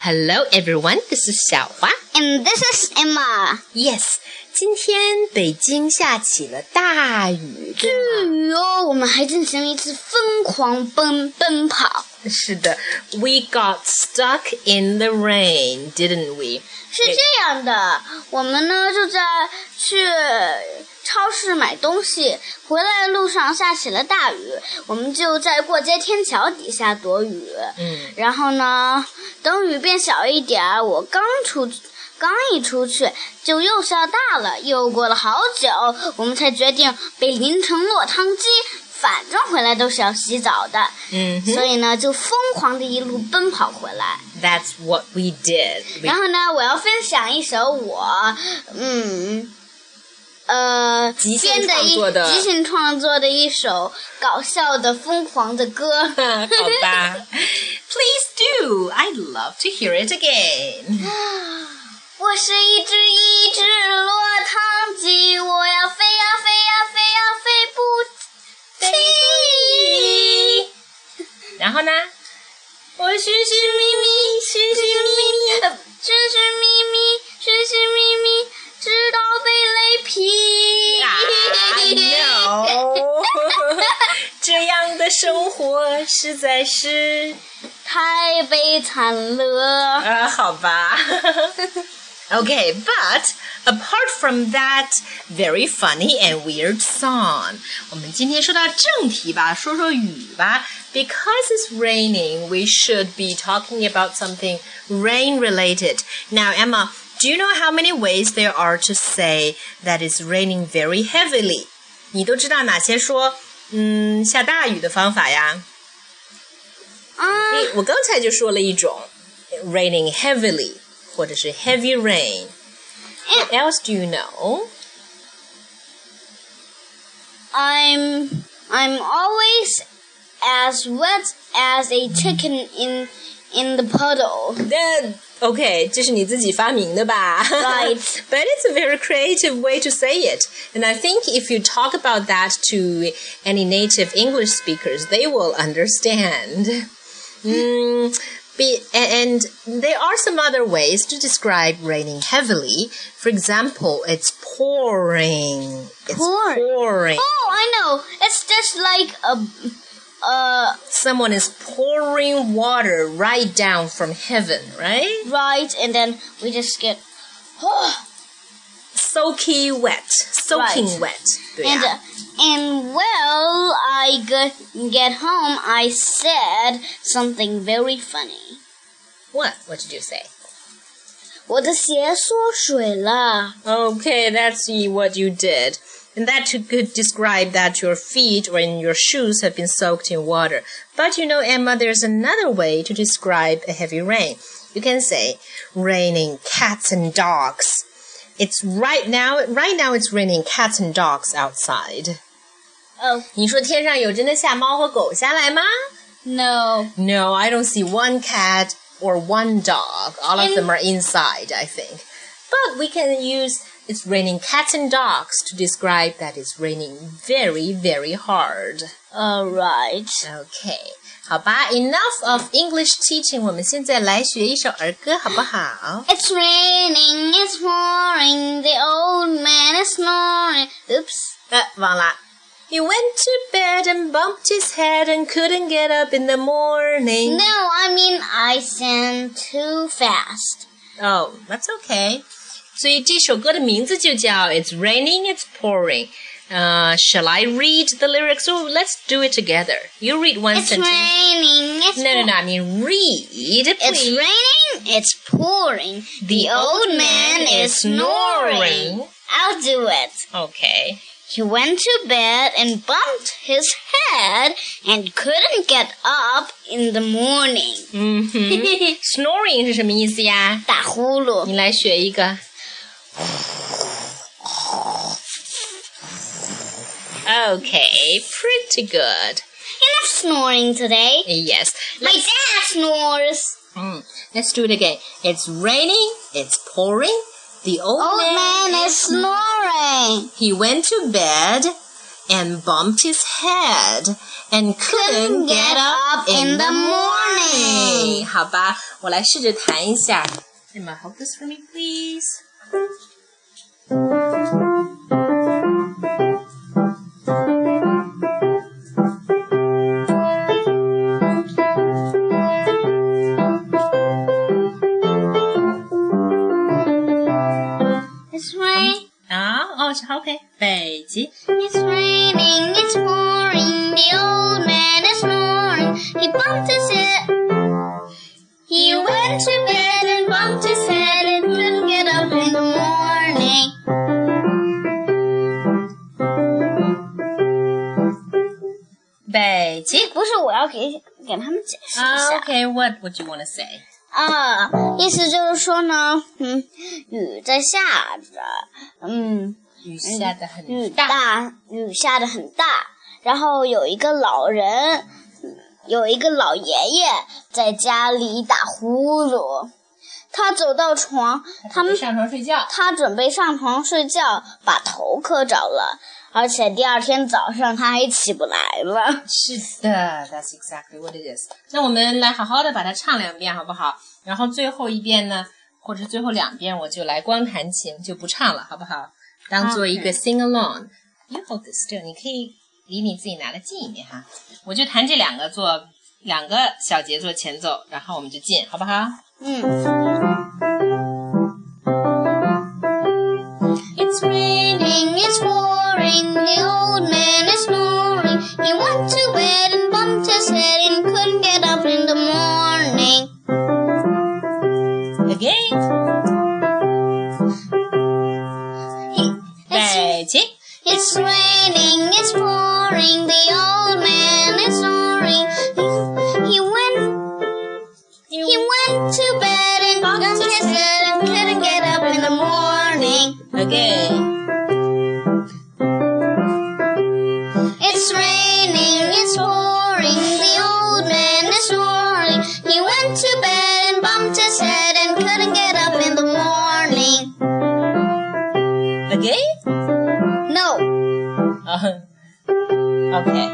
Hello everyone, this is 小花. And this is Emma. Yes，今天北京下起了大雨，对 Hmm. 哦，我们还进行了一次疯狂奔奔跑。是的，We got stuck in the rain, didn't we？是这样的，我们呢就在去超市买东西，回来的路上下起了大雨，我们就在过街天桥底下躲雨。嗯，然后呢，等雨变小一点儿，我刚出去，刚一出去就又下大了。又过了好久，我们才决定被淋成落汤鸡。反正回来都是要洗澡的，嗯哼所以呢，就疯狂的一路奔跑回来。 That's what we did. We- 然 后呢，我要分享一首我，嗯，呃，即兴编的一创作的即兴创作的一首搞笑的疯狂的歌。好吧，Please do. I'd love to hear it again. 我是一只一只落汤鸡，我要飞呀飞呀飞呀飞不起。然 后呢？我寻寻觅觅，寻寻觅觅，寻寻觅觅，寻寻觅觅，直到被雷劈。Ah, 啊 no！这样的生活实在是……太悲惨了。呃， 好吧。Okay, but apart from that very funny and weird song，我们今天说到正题吧，说说雨吧。Because it's raining, we should be talking about something rain related. Now, Emma, do you know how many ways there are to say that it's raining very heavily？你都知道哪些说嗯下大雨的方法呀？啊，诶我刚才就说了一种，raining heavily，或者是 heavy rain。What else do you know? I'm I'm always as wet as a chicken in in the puddle. That okay，这是你自己发明的吧 Right. But it's a very creative way to say it, and I think if you talk about that to any native English speakers, they will understand. 嗯。Be, and and there are some other ways to describe raining heavily. For example, it's pouring. It's Pouring. pouring. Oh, I know. It's just like a uh someone is pouring water right down from heaven, right? right, and then we just get oh, Soaky wet, soaking Right. wet. and uh, and well, I get get home. I said something very funny. what? What did you say? 我的鞋缩水了。 Okay, that's y- what you did. And that you could describe that your feet or in your shoes have been soaked in water. But you know, Emma, there's another way to describe a heavy rain. You can say raining cats and dogs. It's right now, right now it's raining cats and dogs outside. Oh 你说天上有真的下猫和狗下来吗 no! ？No, I don't see one cat or one dog. All of And- them are inside, I think. But we can use it's raining cats and dogs to describe that it's raining very, very hard. All right. Okay. 好吧，enough of English teaching，我们现在来学一首儿歌，好不好 It's raining, it's pouring, the old man is snoring. Oops. 呃，忘了。He went to bed and bumped his head and couldn't get up in the morning. No, I mean I sang too fast. Oh, that's okay. 所以这首歌的名字就叫《It's Raining, It's Pouring》。呃、s h a l l I read the lyrics? Oh, let's do it together. You read one It's sentence. raining, it's No, no, no. pou- I mean read. It's please. raining, it's pouring. The old man is snoring. I'll do it. Okay. He went to bed and bumped his head and couldn't get up in the morning. 嗯哼 Mm-hmm. ，snoring 是什么意思呀？打呼噜。你来学一个。Okay, pretty good. Enough snoring today. Yes. My dad snores. Mm. Let's do it again. It's raining, it's pouring. The old, Old man, man is snoring. he went to bed and bumped his head and couldn't get up in the morning. 好吧，我来试着弹一下。Emma, hold this for me, please. It's rain, 啊，哦，是 OK，北极。 it's raining, it's pouring. The old man is snoring. He bumped his head. He went to bed and bumped his head and couldn't get up in the morning. Beijing. 不是，我要给给他们解释一 Uh, 下。 okay, what would you want to say? 啊，意思就是说呢，嗯，雨在下着，嗯，雨大，雨下的很大。然后有一个老人，有一个老爷爷在家里打呼噜。他走到床，他们他准备上床睡觉，把头磕着了，而且第二天早上他还起不来了。是的，That's exactly what it is. 那我们来好好的把它唱两遍，好不好？然后最后一遍呢，或者最后两遍，我就来光弹琴，就不唱了，好不好？当做一个 sing along。You hold this still. 你可以离你自己拿的近一点哈。我就弹这两个做两个小节做前奏，然后我们就进，好不好？嗯， It's raining. Ring is pouring, the old man is snoring. He went to bed and bumped his head and couldn't get up in the morning. Again，北极 It's raining, it's pouring, the old man is snoring. He, he went, he went to bed and bumped his head and couldn't get up in the morning. again， It's raining, it's pouring, the old man is snoring. He went to bed and bumped his head and couldn't get up in the morning. again， No, 啊，OK，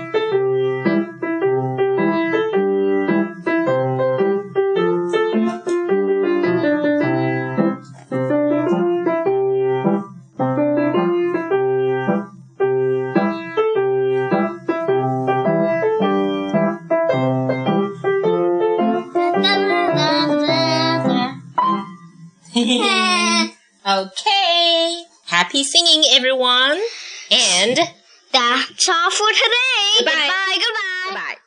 OK，Happy singing everyone，and that's all for today. Goodbye. Goodbye, goodbye. bye.